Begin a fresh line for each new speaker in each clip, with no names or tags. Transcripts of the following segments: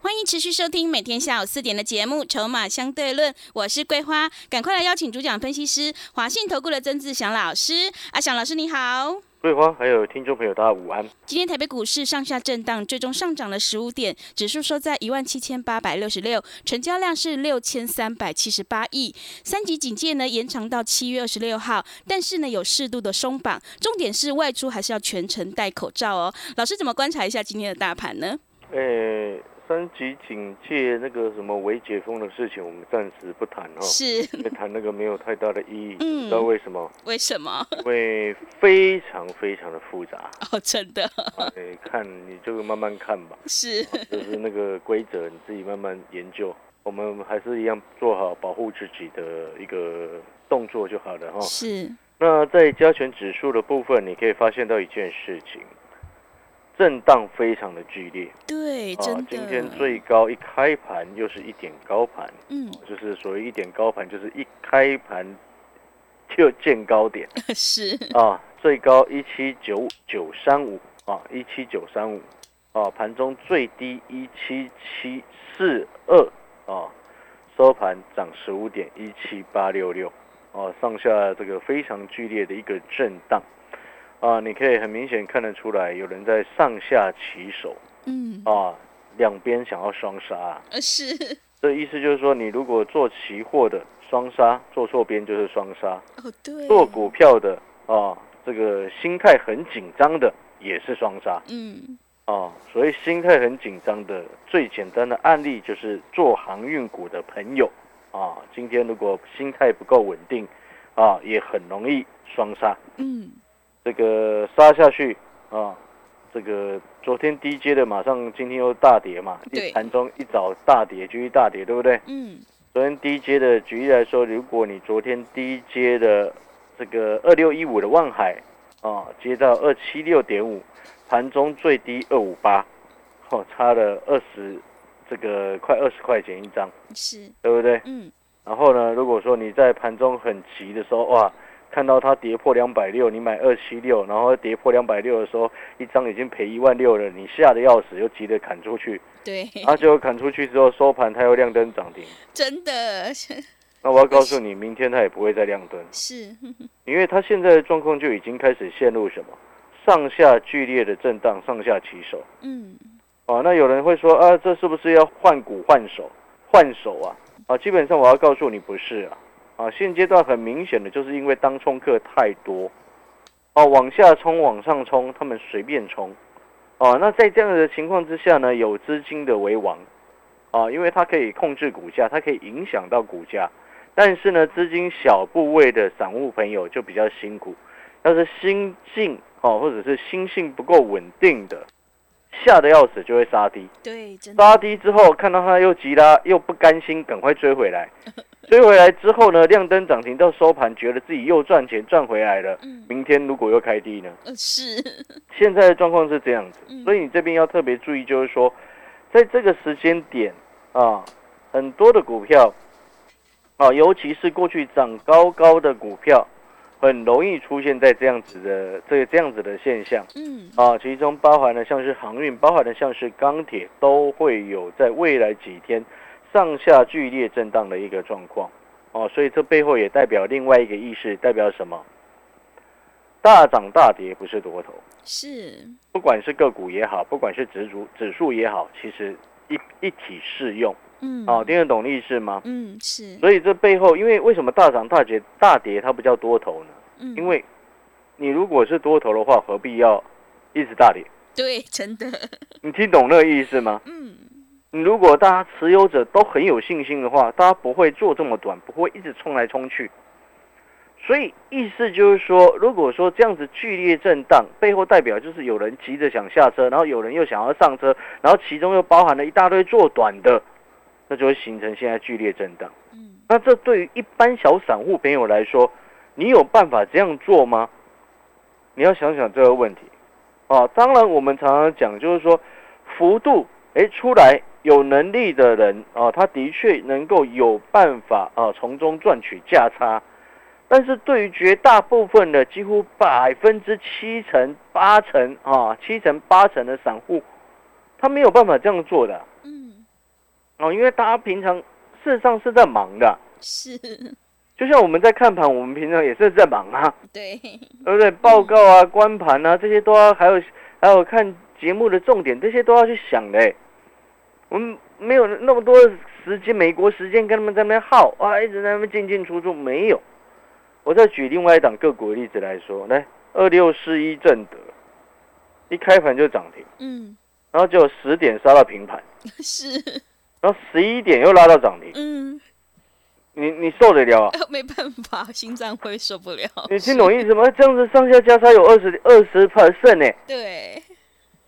欢迎持续收听每天下午四点的节目《筹码相对论》，我是桂花，赶快来邀请主讲分析师华信投顾的曾志祥老师。阿祥老师你好，
桂花，还有听众朋友，大家午安。
今天台北股市上下震荡，最终上涨了十五点，指数收在一万七千八百六十六，成交量是六千三百七十八亿。三级警戒呢延长到七月二十六号，但是呢有适度的松绑，重点是外出还是要全程戴口罩哦。老师怎么观察一下今天的大盘呢？
诶、三级呃警戒那个什么未解封的事情，我们暂时不谈哈，
是
因为谈那个没有太大的意义。
嗯
知道为什么？
为什么？
因为非常非常的复杂。
哦，真的
诶、看你就慢慢看吧，
是。
就是那个规则你自己慢慢研究。我们还是一样做好保护自己的一个动作就好了哈。
是，
那在加权指数的部分，你可以发现到一件事情，震荡非常的剧烈。
对，
啊
真的。，
今天最高一开盘又是一点高盘，
嗯
就是所谓一点高盘，就是一开盘就见高点
是
啊，最高一七九九三五啊，一七九三五啊，盘中最低一七七四二啊，收盘涨十五点一七八六六啊，上下这个非常剧烈的一个震荡啊，你可以很明显看得出来，有人在上下起手。
嗯
啊，两边想要双杀、啊，
呃是
这意思就是说，你如果做期货的双杀，做错边就是双杀；
哦对，
做股票的啊，这个心态很紧张的也是双杀
嗯
啊。所以心态很紧张的最简单的案例就是做航运股的朋友啊，今天如果心态不够稳定啊，也很容易双杀。
嗯
这个杀下去啊，这个昨天低阶的马上今天又大跌嘛，
对
一盘中一早大跌，继续大跌，对不对？
嗯
昨天低阶的，举例来说，如果你昨天低阶的这个二六一五的万海啊，接到二七六点五，盘中最低二五八，哦，差了二十这个快二十块钱一张，
是
对不对？
嗯
然后呢，如果说你在盘中很急的时候，哇，看到它跌破两百六，你买二七六，然后跌破两百六的时候，一张已经赔一万六了，你吓得要死，又急着砍出去，
对，
啊，结果砍出去之后收盘它又亮灯涨停。
真的 是
那我要告诉你，明天它也不会再亮灯，
是
因为它现在的状况就已经开始陷入什么上下剧烈的震荡，上下起手。
嗯
哦，那有人会说啊，这是不是要换股换手？换手啊？啊，基本上我要告诉你不是啊。啊，现阶段很明显的就是因为当冲客太多，哦、往下冲、往上冲，他们随便冲。哦、那在这样的情况之下呢，有资金的为王，啊，因为它可以控制股价，它可以影响到股价。但是呢，资金小部位的散户朋友就比较辛苦，要是心境哦，或者是心性不够稳定的，吓得要死就会杀低，
对，真的
杀低之后看到它又急拉，又不甘心，赶快追回来，追回来之后呢，亮灯涨停到收盘，觉得自己又赚钱赚回来了。
嗯
明天如果又开低呢？
呃是
现在的状况是这样子
嗯，
所以你这边要特别注意，就是说，在这个时间点啊，很多的股票啊，尤其是过去涨高高的股票，很容易出现在这样子的这个这样子的现象。
嗯
啊，其中包含了像是航运，包含了像是钢铁，都会有在未来几天上下剧烈震荡的一个状况。哦、所以这背后也代表另外一个意识，代表什么？大涨大跌不是多头，
是
不管是个股也好，不管是指数指数也好，其实一一体适用。
嗯
哦、听得懂意思吗？
嗯是
所以这背后，因为为什么大涨大跌大跌它不叫多头呢？
嗯
因为你如果是多头的话，何必要一直大跌？
对真的
你听懂那个意思吗？
嗯
你如果大家持有者都很有信心的话，大家不会做这么短，不会一直冲来冲去。所以意思就是说，如果说这样子剧烈震荡，背后代表就是有人急着想下车，然后有人又想要上车，然后其中又包含了一大堆做短的，那就会形成现在剧烈震荡。
嗯
那这对于一般小散户朋友来说，你有办法这样做吗？你要想想这个问题。啊，当然我们常常讲，就是说幅度，哎，出来有能力的人啊，他的确能够有办法啊，从中赚取价差。但是对于绝大部分的几乎百分之七成、八成啊，七成八成的散户，他没有办法这样做的
嗯，
哦、因为大家平常事实上是在忙的，
是，
就像我们在看盘，我们平常也是在忙啊，
对，
对不对？报告啊、观盘啊，这些都要还有还有看节目的重点，这些都要去想的欸。我们没有那么多时间，美国时间跟他们在那边耗啊，一直在那边进进出出，没有。我再举另外一档个股的例子来说，来二六四一正德，一开盘就涨停，
嗯，
然后就十点杀到平盘，
是，
然后十一点又拉到涨停，
嗯，
你你受得了啊？
呃没办法，心脏会受不了。
你听懂意思吗？这样子上下加差有二十二十 percent 呢，
对，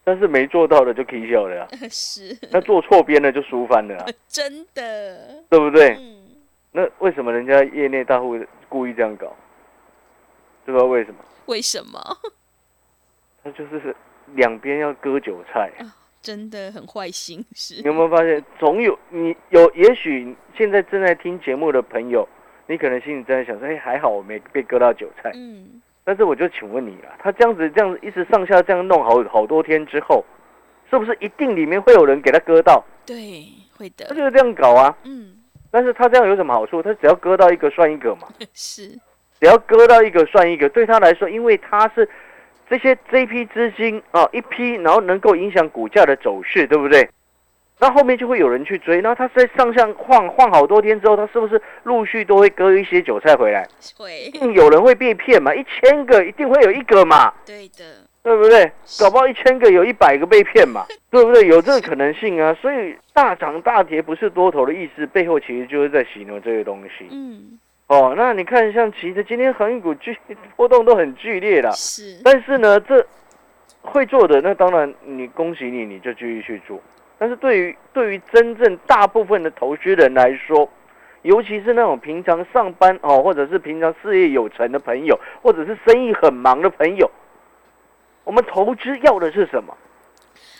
但是没做到的就 K 笑了呀、
呃 是
那做错边了就输翻了、啊，
真的。
对不对？
嗯，
那为什么人家业内大户故意这样搞？知不知道为什么？
为什么？
他就是两边要割韭菜。
真的很坏心，是
你有没有发现，总有你有，也许现在正在听节目的朋友，你可能心里正在想说：“哎，还好我没被割到韭菜。”
嗯，
但是我就请问你了，他这样子这样子一直上下这样弄好好多天之后，是不是一定里面会有人给他割到？
对，会
他
的
就，是这样搞啊。
嗯，
但是他这样有什么好处？他只要割到一个算一个嘛，
是，
只要割到一个算一个。对他来说，因为他是这些这一批资金啊，一批，然后能够影响股价的走势，对不对？那后面就会有人去追，那他在上下晃晃好多天之后，他是不是陆续都会割一些韭菜回来？
会
一，定有人会被骗嘛，一千个一定会有一个嘛。
对的，
对不对？搞不好一千个有一百个被骗嘛，对不对？有这个可能性啊。所以大涨大跌不是多头的意思，背后其实就是在洗牛这个东西
嗯，
哦。那你看，像其实今天航运股剧波动都很剧烈啦，
是，
但是呢，这会做的那当然你恭喜你，你就继续去做。但是对于对于真正大部分的投资人来说，尤其是那种平常上班哦，或者是平常事业有成的朋友，或者是生意很忙的朋友，我们投资要的是什么？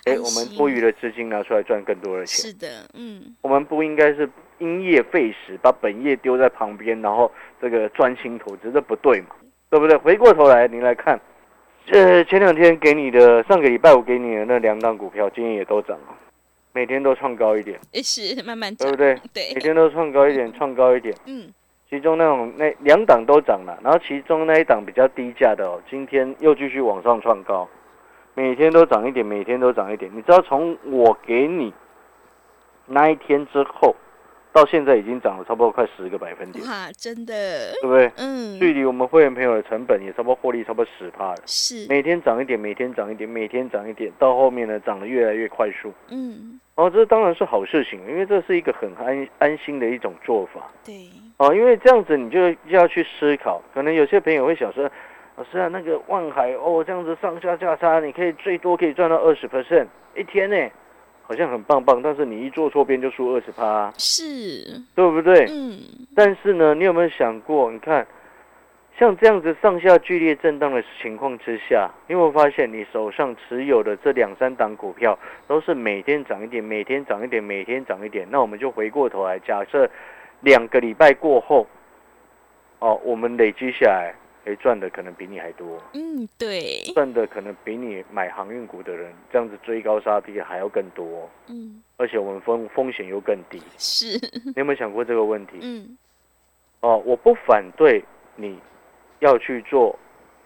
哎，
安
我们
心
多余的资金拿出来赚更多的钱。
是的，嗯，
我们不应该是因业废食，把本业丢在旁边，然后这个专心投资，这不对嘛，对不对？回过头来，您来看，呃，前两天给你的，上个礼拜我给你的那两档股票，今天也都涨了，每天都创高一点，
也是慢慢
对
长
不，对？每
对，
天都创高一点，创高一点。
嗯，
其中那种那两档都涨了，然后其中那一档比较低价的哦，今天又继续往上创高，每天都涨一点，每天都涨一点。你知道从我给你那一天之后，到现在已经涨了差不多快十个百分点，
哇，真的，
对不对？
嗯，
距离我们会员朋友的成本也差不多获利差不多十趴了，
是，
每天涨一点，每天涨一点，每天涨一点，到后面呢涨得越来越快速。
嗯，
哦，这当然是好事情，因为这是一个很安安心的一种做法。
对，
哦，因为这样子你就就要去思考，可能有些朋友会想说，老师啊，那个万海哦，这样子上下价差，你可以最多可以赚到二十 percent 一天呢，好像很棒棒，但是你一做错边就输二十趴，
是，
对不对？
嗯，
但是呢，你有没有想过，你看，像这样子上下剧烈震荡的情况之下，你有没有发现你手上持有的这两三档股票都是每天涨一点，每天涨一点，每天涨一点？那我们就回过头来，假设两个礼拜过后，哦，我们累积下来，诶，赚的可能比你还多，
嗯，对，
赚的可能比你买航运股的人这样子追高杀低还要更多，
嗯，
而且我们风风险又更低。
是，
你有没有想过这个问题？
嗯，
哦，我不反对你要去做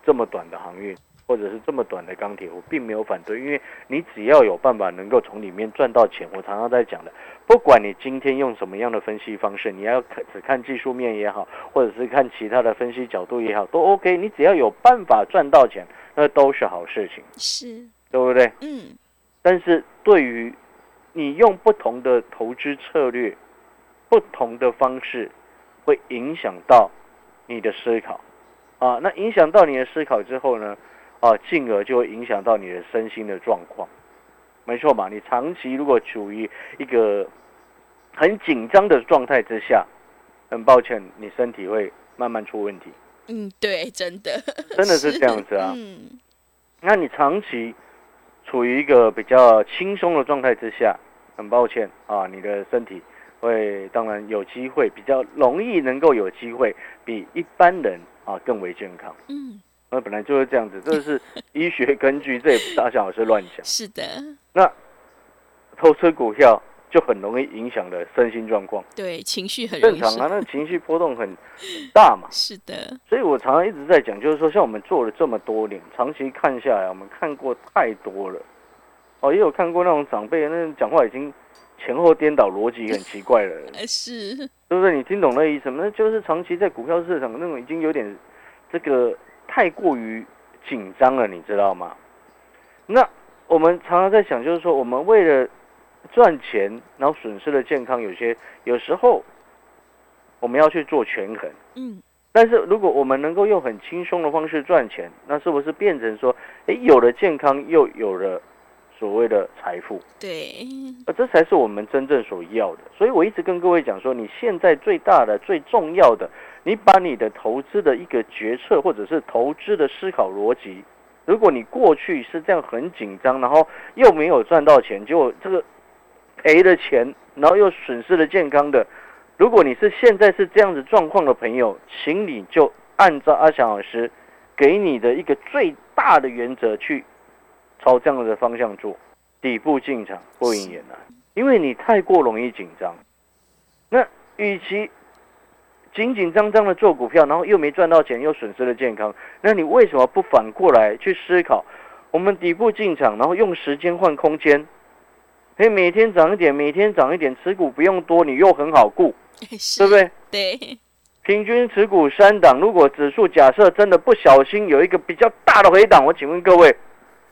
这么短的航运，或者是这么短的钢铁，我并没有反对，因为你只要有办法能够从里面赚到钱，我常常在讲的，不管你今天用什么样的分析方式，你要看只看技术面也好，或者是看其他的分析角度也好，都 OK，你只要有办法赚到钱，那都是好事情，
是，
对不对？
嗯，
但是对于你用不同的投资策略、不同的方式，会影响到你的思考啊。那影响到你的思考之后呢，啊，进而就会影响到你的身心的状况。没错嘛，你长期如果处于一个很紧张的状态之下，很抱歉，你身体会慢慢出问题，
嗯，对，真的，
真的是这样子啊。
嗯
那你长期处于一个比较轻松的状态之下，很抱歉啊，你的身体会当然有机会比较容易能够有机会比一般人啊更为健康。
嗯，
那本来就是这样子， 这是医学根据，这也不是阿翔老师乱讲。
是的，
投资股票就很容易影响了身心状况，
对，情绪很容
正
易
常
受
啊，那情绪波动很大嘛。
是的，
所以我常常一直在讲，就是说，像我们做了这么多年，长期看下来，我们看过太多了，哦，也有看过那种长辈，那种讲话已经前后颠倒，逻辑很奇怪了，
呃，是，
对不对？你听懂那意思吗？那就是长期在股票市场那种已经有点这个太过于紧张了，你知道吗？那我们常常在想，就是说，我们为了赚钱，然后损失了健康，有些有时候我们要去做权衡。
嗯，
但是如果我们能够用很轻松的方式赚钱，那是不是变成说，诶，有了健康，又有了所谓的财富？
对，
而这才是我们真正所要的。所以我一直跟各位讲说，你现在最大的、最重要的，你把你的投资的一个决策或者是投资的思考逻辑，如果你过去是这样很紧张，然后又没有赚到钱，结果这个赔了钱，然后又损失了健康的，如果你是现在是这样子状况的朋友，请你就按照阿翔老师给你的一个最大的原则去朝这样的方向做，底部进场过瘾也难，啊因为你太过容易紧张。那与其紧紧张张的做股票，然后又没赚到钱，又损失了健康，那你为什么不反过来去思考，我们底部进场，然后用时间换空间？可以每天涨一点，每天涨一点，持股不用多，你又很好顾，
是，
对不？对？
对，
平均持股三档，如果指数假设真的不小心有一个比较大的回档，我请问各位，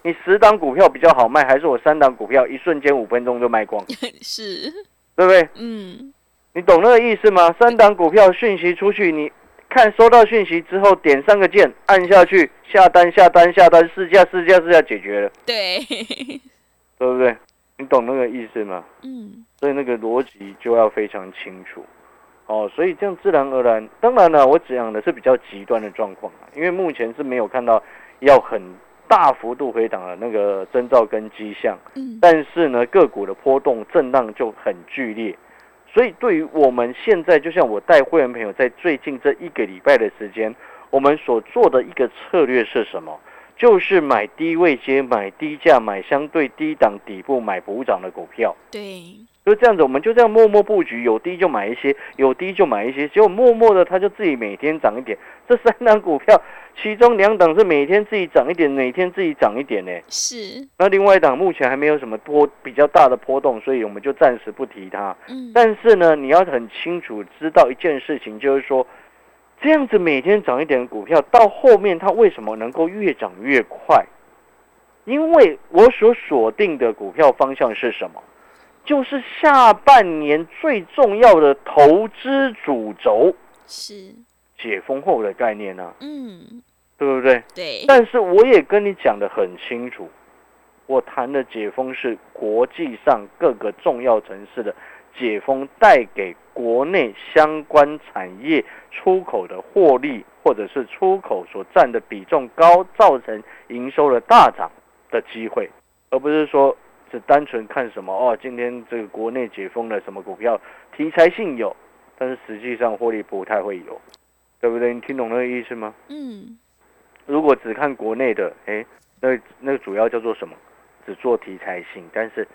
你十档股票比较好卖，还是我三档股票一瞬间五分钟就卖光，
是，
对不对？
嗯，
你懂那个意思吗？三档股票讯息出去，你看收到讯息之后点三个键，按下去下单下单下单试驾试驾试驾解决了，
对，
对不对？你懂那个意思吗？
嗯，
所以那个逻辑就要非常清楚。哦，所以这样自然而然，当然了，我讲的是比较极端的状况啊，因为目前是没有看到要很大幅度回档的那个征兆跟迹象，
嗯，
但是呢，个股的波动震荡就很剧烈，所以对于我们现在，就像我带会员朋友在最近这一个礼拜的时间，我们所做的一个策略是什么？就是买低位接、买低价、买相对低档底部、买补涨的股票。
对，
就这样子，我们就这样默默布局，有低就买一些，有低就买一些，结果默默的它就自己每天涨一点。这三档股票，其中两档是每天自己涨一点，每天自己涨一点呢。
是，
那另外一档目前还没有什么波比较大的波动，所以我们就暂时不提它。
嗯，
但是呢，你要很清楚知道一件事情，就是说，这样子每天涨一点的股票，到后面它为什么能够越涨越快？因为我所锁定的股票方向是什么？就是下半年最重要的投资主轴
是，
解封后的概念啊，
嗯，
对不对？
对，
但是我也跟你讲得很清楚，我谈的解封是国际上各个重要城市的解封带给国内相关产业出口的获利，或者是出口所占的比重高，造成营收的大涨的机会，而不是说只单纯看什么哦，今天这个国内解封了什么股票题材性有，但是实际上获利不太会有，对不对？你听懂那个意思吗？
嗯，
如果只看国内的，哎，那那个主要叫做什么？只做题材性，但是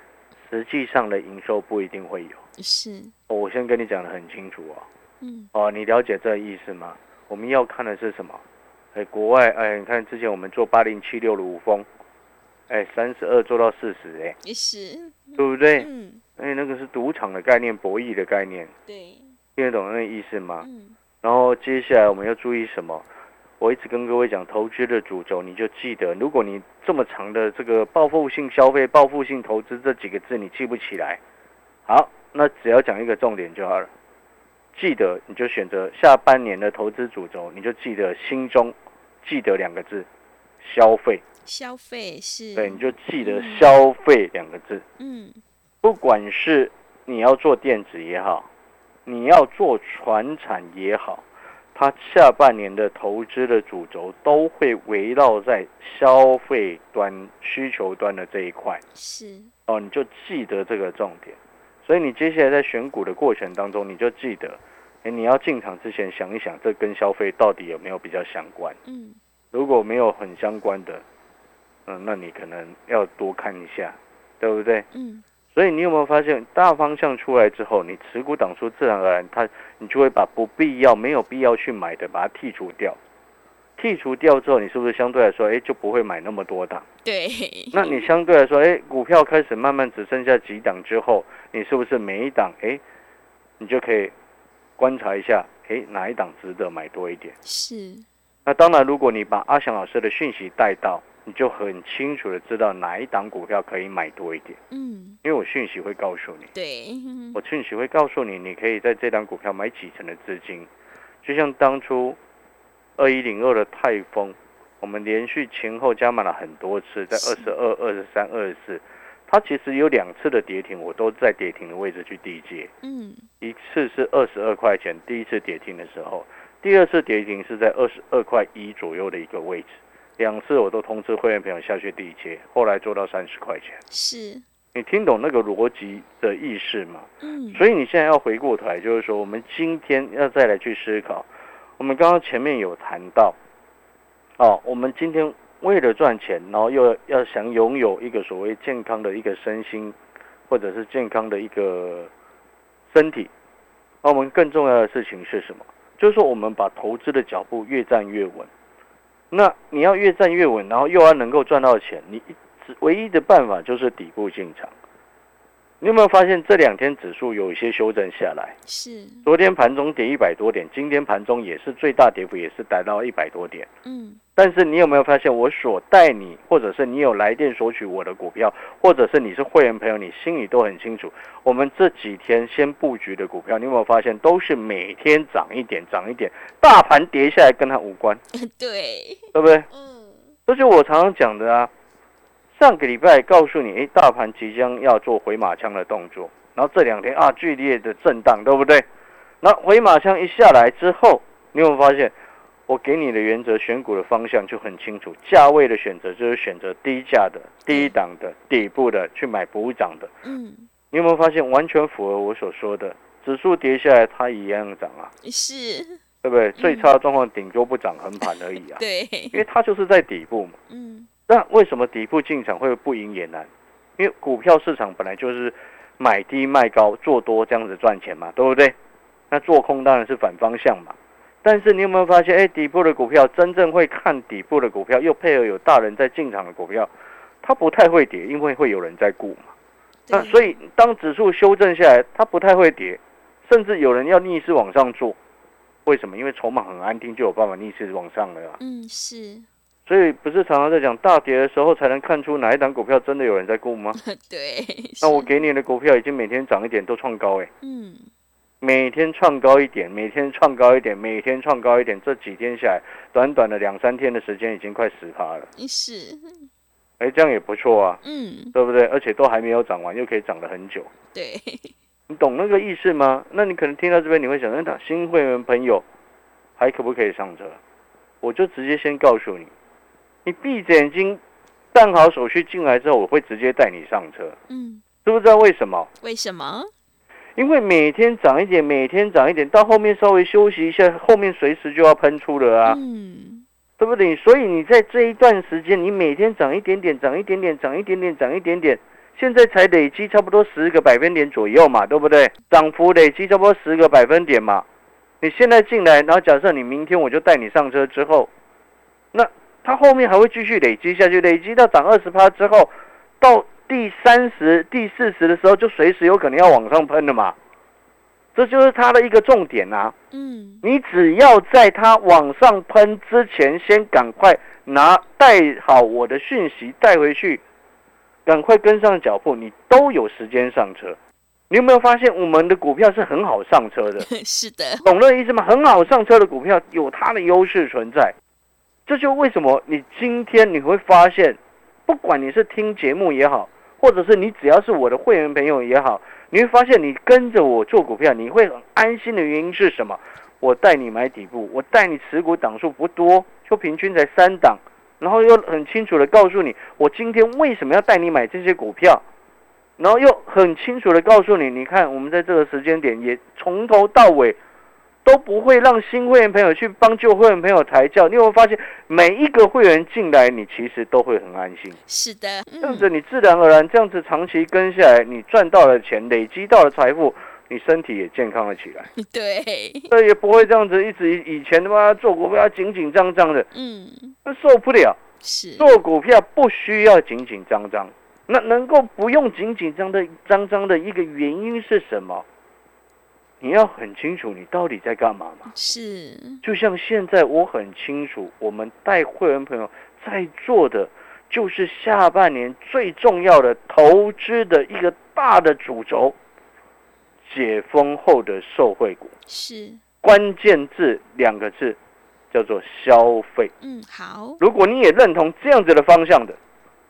实际上的营收不一定会有。
是，
哦我先跟你讲的很清楚哦，
嗯，
哦，你了解这个意思吗？我们要看的是什么？哎，国外，哎，你看之前我们做八零七六的五峰，哎，三十二做到四十，哎，
是，
对不对？
嗯，
哎，那个是赌场的概念，博弈的概念，
对，
听得懂那个意思吗？
嗯，
然后接下来我们要注意什么？我一直跟各位讲，投资的主轴，你就记得，如果你这么长的这个报复性消费、报复性投资这几个字你记不起来，好，那只要讲一个重点就好了。记得你就选择下半年的投资主轴，你就记得心中记得两个字，消费。
消费是，
对，你就记得
嗯
消费两个字。
嗯，
不管是你要做电子也好，你要做船产也好，它下半年的投资的主轴都会围绕在消费端、需求端的这一块。
是
哦，你就记得这个重点。所以你接下来在选股的过程当中，你就记得，哎，你要进场之前想一想，这跟消费到底有没有比较相关？
嗯
如果没有很相关的，嗯，那你可能要多看一下，对不对？
嗯
所以你有没有发现，大方向出来之后，你持股档数自然而然它，你就会把不必要、没有必要去买的，把它剔除掉。剔除掉之后，你是不是相对来说，哎，就不会买那么多档？
对，
那你相对来说，哎，股票开始慢慢只剩下几档之后，你是不是每一档，哎，你就可以观察一下，哎，哪一档值得买多一点？
是
那当然，如果你把阿翔老师的讯息带到，你就很清楚的知道哪一档股票可以买多一点，
嗯
因为我讯息会告诉你，
对，嗯
我讯息会告诉你，你可以在这档股票买几成的资金，就像当初二一零二的泰丰，我们连续前后加码了很多次，在二
是
十二、二十三、二十四，它其实有两次的跌停，我都在跌停的位置去低接，
嗯
一次是二十二块钱，第一次跌停的时候，第二次跌停是在二十二块一左右的一个位置，两次我都通知会员朋友下去低接，后来做到三十块钱，
是
你听懂那个逻辑的意识吗？
嗯
所以你现在要回过头来，就是说，我们今天要再来去思考，我们刚刚前面有谈到，哦，我们今天为了赚钱，然后又要想拥有一个所谓健康的一个身心，或者是健康的一个身体，那我们更重要的事情是什么？就是说，我们把投资的脚步越站越稳。那你要越站越稳，然后又要能够赚到钱，你一直唯一的办法就是底部进场。你有没有发现这两天指数有一些修正下来？
是
昨天盘中跌一百多点，今天盘中也是最大跌幅，也是达到一百多点。
嗯
但是你有没有发现，我所带你，或者是你有来电索取我的股票，或者是你是会员朋友，你心里都很清楚，我们这几天先布局的股票，你有没有发现都是每天涨一点，涨一点，大盘跌下来跟它无关，
对，
对不对？
嗯
这就是我常常讲的啊。上个礼拜告诉你，诶，大盘即将要做回马枪的动作，然后这两天啊剧烈的震荡，对不对？那回马枪一下来之后，你有没有发现，我给你的原则选股的方向就很清楚，价位的选择就是选择低价的、低档的、底部的去买补涨的。
嗯
你有没有发现完全符合我所说的？指数跌下来，它一样涨啊，
是
对不对？最差的状况顶多不涨横盘而已啊，
对，
因为它就是在底部嘛。
嗯
那为什么底部进场会不赢也难？因为股票市场本来就是买低卖高，做多这样子赚钱嘛，对不对？那做空当然是反方向嘛。但是你有没有发现，哎，底部的股票真正会看底部的股票，又配合有大人在进场的股票，它不太会跌，因为会有人在顾嘛。那所
以
以当指数修正下来，它不太会跌，甚至有人要逆势往上做，为什么？因为筹码很安定，就有办法逆势往上了、啊。
嗯是
所以不是常常在讲大跌的时候才能看出哪一档股票真的有人在顾吗？
对，
那
是
我给你的股票已经每天涨一点都创高诶，欸
嗯
每天创高一点，每天创高一点，每天创高一点，这几天下来，短短的两三天的时间已经快十趴了，
嗯是
诶，这样也不错啊，
嗯
对不对？而且都还没有涨完，又可以涨了很久，
对，
你懂那个意思吗？那你可能听到这边你会想，那他新会员朋友还可不可以上车？我就直接先告诉你，你闭着眼睛办好手续进来之后，我会直接带你上车。
嗯
知不知道为什么？
为什么？
因为每天涨一点，每天涨一点，到后面稍微休息一下，后面随时就要喷出了啊，
嗯
对不对？所以你在这一段时间，你每天涨一点点，涨一点点，涨一点点，涨一点点，现在才累积差不多十个百分点左右嘛，对不对？涨幅累积差不多十个百分点嘛。你现在进来，然后假设你明天我就带你上车之后，那它后面还会继续累积下去，累积到涨二十趴之后，到第三十、第四十的时候，就随时有可能要往上喷了嘛。这就是它的一个重点啊。
嗯
你只要在它往上喷之前，先赶快拿带好我的讯息带回去，赶快跟上脚步，你都有时间上车。你有没有发现我们的股票是很好上车的？
是的，
懂那意思吗？很好上车的股票有它的优势存在，这就为什么你今天你会发现，不管你是听节目也好，或者是你只要是我的会员朋友也好，你会发现你跟着我做股票，你会很安心的原因是什么？我带你买底部，我带你持股档数不多，就平均才三档，然后又很清楚的告诉你，我今天为什么要带你买这些股票，然后又很清楚的告诉你，你看我们在这个时间点也从头到尾。都不会让新会员朋友去帮旧会员朋友抬轿，你有没有发现每一个会员进来，你其实都会很安心。
是的，嗯
这样子你自然而然这样子长期跟下来，你赚到了钱，累积到了财富，你身体也健康了起来，
嗯，对，
这也不会这样子一直以以前他妈做股票紧紧张张的，
嗯，
那受不了。
是，
做股票不需要紧紧张张，那能够不用紧紧张的张张的一个原因是什么？你要很清楚你到底在干嘛嘛。
是，
就像现在我很清楚，我们带会员朋友在做的就是下半年最重要的投资的一个大的主轴，解封后的受惠股，
是，
关键字两个字叫做消费。
嗯，好，
如果你也认同这样子的方向的，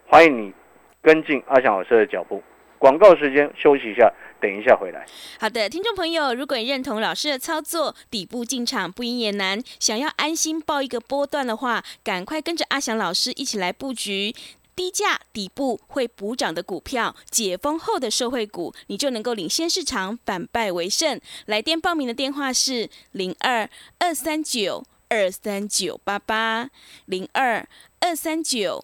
欢迎你跟进阿翔老师的脚步。广告时间休息一下，等一下回来。
好的，听众朋友，如果你认同老师的操作，底部进场不赢也难，想要安心报一个波段的话，赶快跟着阿翔老师一起来布局。低价底部会补涨的股票，解封后的受惠股，你就能够领先市场，反败为胜。来电报名的电话是零二二三九二三九八八零二二三九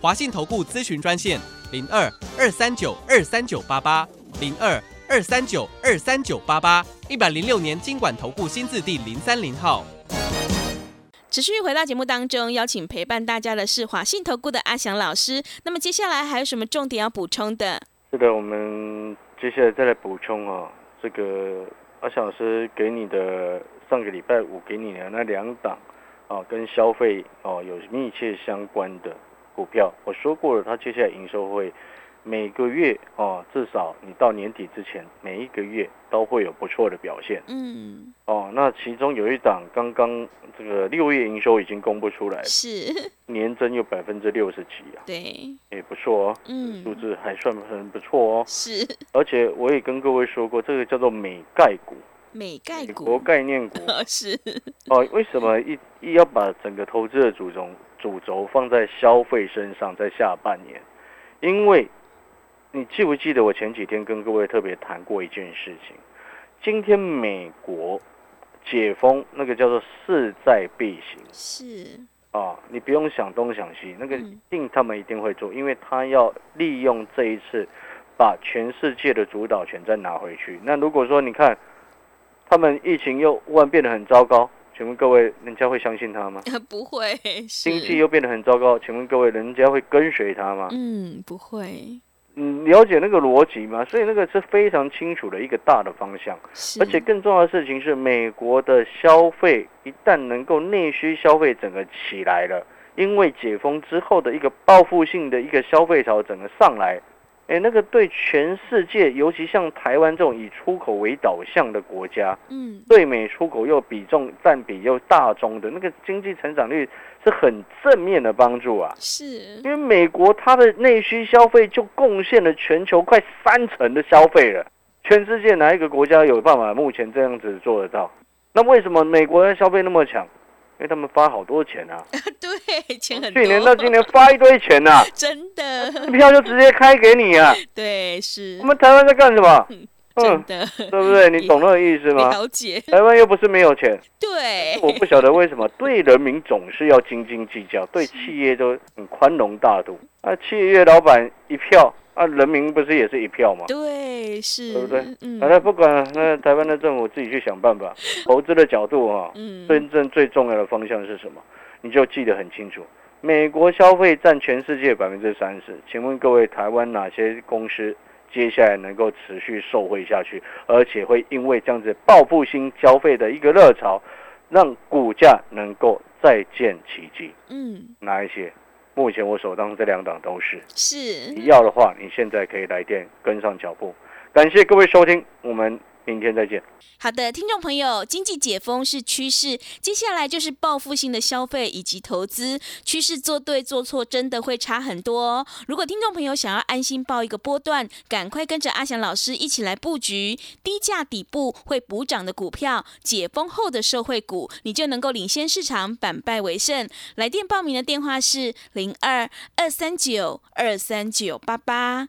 华信投顾咨询专线零二二三九二三九八八零二二三九二三九八八，一百零六年经管投顾新字第零三零号。
持续回到节目当中，邀请陪伴大家的是华信投顾的阿翔老师。那么接下来还有什么重点要补充的？
这个我们接下来再来补充哦。这个阿翔老师给你的上个礼拜五给你的那两档啊，跟消费哦、有密切相关的股票，我说过了，它接下来营收会每个月哦、至少你到年底之前，每一个月哦都会有不错的表现。
嗯，
哦，那其中有一档刚刚这个六月营收已经公布出来，
是
年增有百分之六十几啊，
对，
也不错哦，数
嗯，
字还算很不错哦。
是
而且我也跟各位说过，这个叫做美概股，
美概
美国
股，
概念 股
是
哦。为什么一一要把整个投资的主轴主轴放在消费身上，在下半年？因为你记不记得我前几天跟各位特别谈过一件事情？今天美国解封，那个叫做势在必行。
是，
啊，你不用想东想西，那个
嗯
一定他们一定会做，因为他要利用这一次把全世界的主导权再拿回去。那如果说你看他们疫情又忽然变得很糟糕，请问各位，人家会相信他吗？
不会，
经济
是，
又变得很糟糕，请问各位，人家会跟随他吗？
嗯，不会，
你了解那个逻辑吗？所以那个是非常清楚的一个大的方向。
是，
而且更重要的事情是，美国的消费一旦能够内需消费整个起来了，因为解封之后的一个报复性的一个消费潮整个上来，哎，那个对全世界，尤其像台湾这种以出口为导向的国家，
嗯，
对美出口又比重占比又大宗的那个经济成长率是很正面的帮助啊。
是，
因为美国它的内需消费就贡献了全球快三成的消费了，全世界哪一个国家有办法目前这样子做得到？那为什么美国的消费那么强？因为他们发好多钱啊，
对，钱很多，
去年到今年发一堆钱呐、
真的，
支票就直接开给你 啊。
对，是
我，们台湾在干什 么？嗯
真的，
对不对？你懂那个意思吗？
了解，
台湾又不是没有钱，
对，
我不晓得为什么 对人民总是要斤斤计较，对企业都很宽容大度。啊，企业老板一票，啊，人民不是也是一票吗？
对，是，
对不对？
嗯
好，了，不管了，那台湾的政府自己去想办法。投资的角度啊，
嗯，
真正最重要的方向是什么？你就记得很清楚。美国消费占全世界百分之三十，请问各位，台湾哪些公司接下来能够持续受惠下去，而且会因为这样子报复性消费的一个热潮，让股价能够再见奇迹。
嗯，
哪一些？目前我手上这两档都是。
是
你要的话，你现在可以来电跟上脚步。感谢各位收听，我们明天再见。
好的，听众朋友，经济解封是趋势，接下来就是报复性的消费以及投资。趋势做对做错真的会差很多哦。如果听众朋友想要安心报一个波段，赶快跟着阿翔老师一起来布局低价底部会补涨的股票，解封后的受惠股，你就能够领先市场，反败为胜。来电报名的电话是零二二三九二三九八八